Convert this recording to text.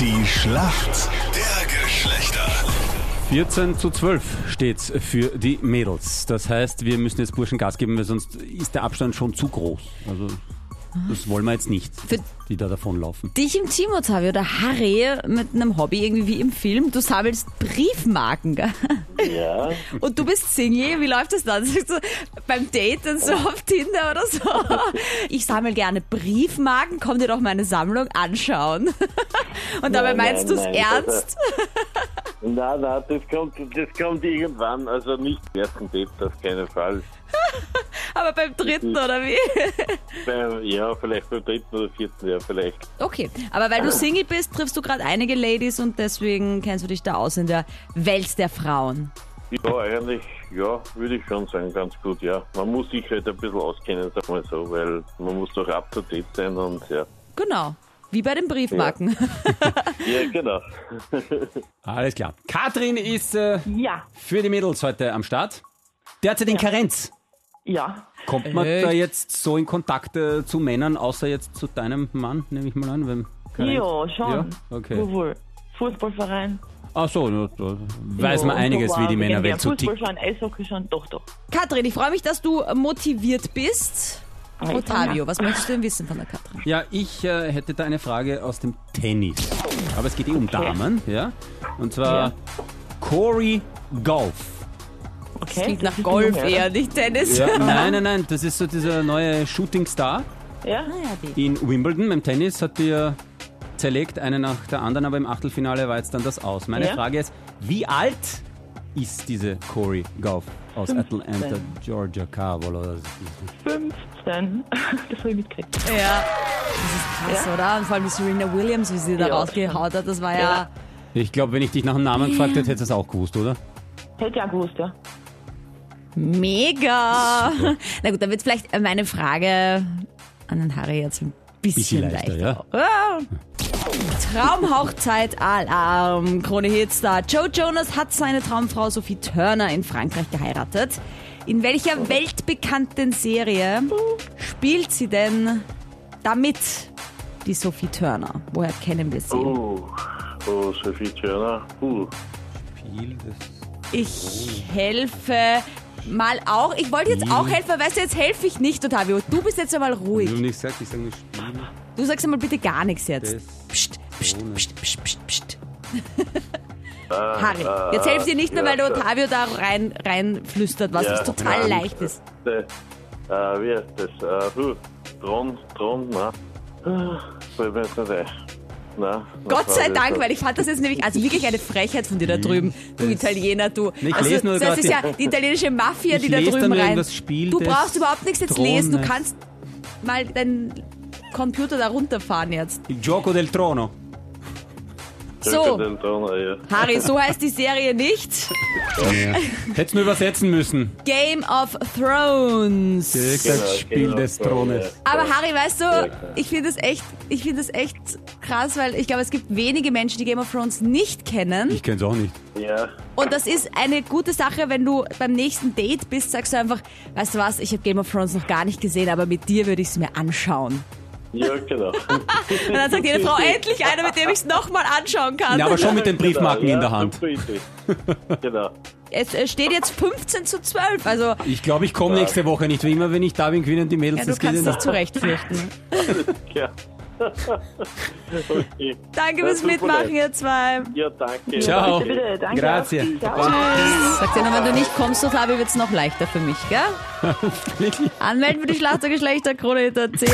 Die Schlacht der Geschlechter. 14 zu 12 steht's für die Mädels. Das heißt, wir müssen jetzt Burschen Gas geben, weil sonst ist der Abstand schon zu groß. Also das wollen wir jetzt nicht, Für- die da davonlaufen. Dich im Team, Ottavio, oder Harry mit einem Hobby, irgendwie wie im Film. Du sammelst Briefmarken, gell? Ja, Und du bist Single, wie läuft das dann? Sagst du, beim Date dann so auf Tinder oder so? Ich sammle gerne Briefmarken, komm dir doch meine Sammlung anschauen. Und dabei Nein, meinst du es nein, nein, ernst? na, na, das kommt, das kommt irgendwann, also nicht im ersten Date, auf keinen Fall. Aber beim dritten oder wie? Beim, ja, vielleicht beim dritten oder vierten, ja, vielleicht. Okay, aber weil du Single bist, triffst du gerade einige Ladies und deswegen kennst du dich da aus in der Welt der Frauen. Ja, eigentlich, ja, würde ich schon sagen, ganz gut, ja. Man muss sich halt ein bisschen auskennen, sag mal so, weil man muss doch up to date sein und ja. Genau, wie bei den Briefmarken. Ja, genau. Alles klar. Katrin ist äh, Ja, für die Mädels heute am Start. Derzeit in Karenz. ja. Kommt man Echt? da jetzt so in Kontakt äh, zu Männern, außer jetzt zu deinem Mann, nehme ich mal an? Wenn Karenz- Ja, Ja? schon. Okay. Wohl. Fußballverein. Ach so, ja, da weiß ja, man und einiges, so wie war die wegen Männerwelt der so Fußball tickt. schon, Eishockey schon, doch, doch. Katrin, ich freue mich, dass du motiviert bist. ich Ottavio, was möchtest du denn wissen von der Katrin? Ja, ich äh, hätte da eine Frage aus dem Tennis. Aber es geht eh um Damen, ja? Und zwar Ja. Corey Golf. Okay. Das klingt das nach ist Golf genug, eher, nicht Tennis. Ja, nein, nein, nein, das ist so dieser neue Shooting Star Ja? ja? Naja, die- in Wimbledon. Beim Tennis hat die zerlegt, eine nach der anderen, aber im Achtelfinale war jetzt dann das aus. Meine Ja. Frage ist, wie alt ist diese Corey Golf aus Atlanta, Georgia, Carville oder so? 15. das habe ich mitgekriegt. Ja. Das ist krass, oder? Und vor allem die Serena Williams, wie sie da Ja. rausgehaut hat, das war ja. Ich glaube, wenn ich dich nach dem Namen gefragt hätte, hättest du es auch gewusst, oder? Hätte ich auch gewusst, ja. mega. Na gut, dann wird vielleicht meine Frage an den Harry jetzt ein bisschen, Bisschen leichter, ja. Ah. Traumhochzeit Alarm. Krone Hitstar Joe Jonas hat seine Traumfrau Sophie Turner in Frankreich geheiratet. In welcher weltbekannten Serie spielt sie denn damit die Sophie Turner? Woher kennen wir sie? Uh, oh, Sophie Turner, uh. Ich helfe mal auch. Ich wollte jetzt auch helfen, aber weißt du, jetzt helfe ich nicht, Ottavio. Du bist jetzt einmal ruhig. nichts gesagt, ich sage nicht spielen. Du sagst einmal bitte gar nichts jetzt. Das- Psst, psst, psst, psst, psst, psst. Harry, jetzt helf dir nicht mehr, Ah, ja, weil du Äh, ja. Ottavio da rein, rein flüstert, was Ja, total ja. leicht ist. Äh, äh, wie heißt das? Äh, uh, Tron, Tron, na. Uh, fällt mir jetzt nicht ein. Na, na, Gott sei Frage, Dank, so. Mhm. weil ich fand das jetzt nämlich, also wirklich eine Frechheit von dir da drüben, du Italiener, du. Ich also, lese nur das grad ist die- ja die italienische Mafia, Ich die da lese da drüben nur rein. irgendwas Spiel du des brauchst überhaupt nichts jetzt Thrones. lesen, du kannst mal deinen Computer da runterfahren jetzt. Il gioco del trono. So. Den Tron, äh, ja. Harry, so heißt die Serie nicht. Hättest du übersetzen müssen. Game of Thrones. Genau, genau, so, ja. Aber Harry, weißt du, ich finde es echt, ich finde es echt krass, weil ich glaube, es gibt wenige Menschen, die Game of Thrones nicht kennen. Ich kenn's auch nicht. Ja, Und das ist eine gute Sache, wenn du beim nächsten Date bist, sagst du einfach, weißt du was, ich habe Game of Thrones noch gar nicht gesehen, aber mit dir würde ich es mir anschauen. ja, genau. Und dann sagt jede Frau, endlich einer, mit dem ich es nochmal anschauen kann. Ja, aber schon mit den Briefmarken genau, in ja, der Hand. super Idee. genau. Es äh, steht jetzt 15 zu 12, also Ich glaube, ich komme nächste Woche nicht. Wie immer, wenn ich da bin, gewinnen die Mädels ja, du das Geld. kannst dich in- zurechtfürchten. Ja. okay. Danke fürs Ja, super. Mitmachen, ihr zwei. Ja, danke. Ciao. Bitte, bitte, danke. Grazie. Ciao. Sag dir noch, wenn du nicht kommst, Otavi, wird es noch leichter für mich, gell? Anmelden für die Schlacht der Geschlechter, Krone hinter 10.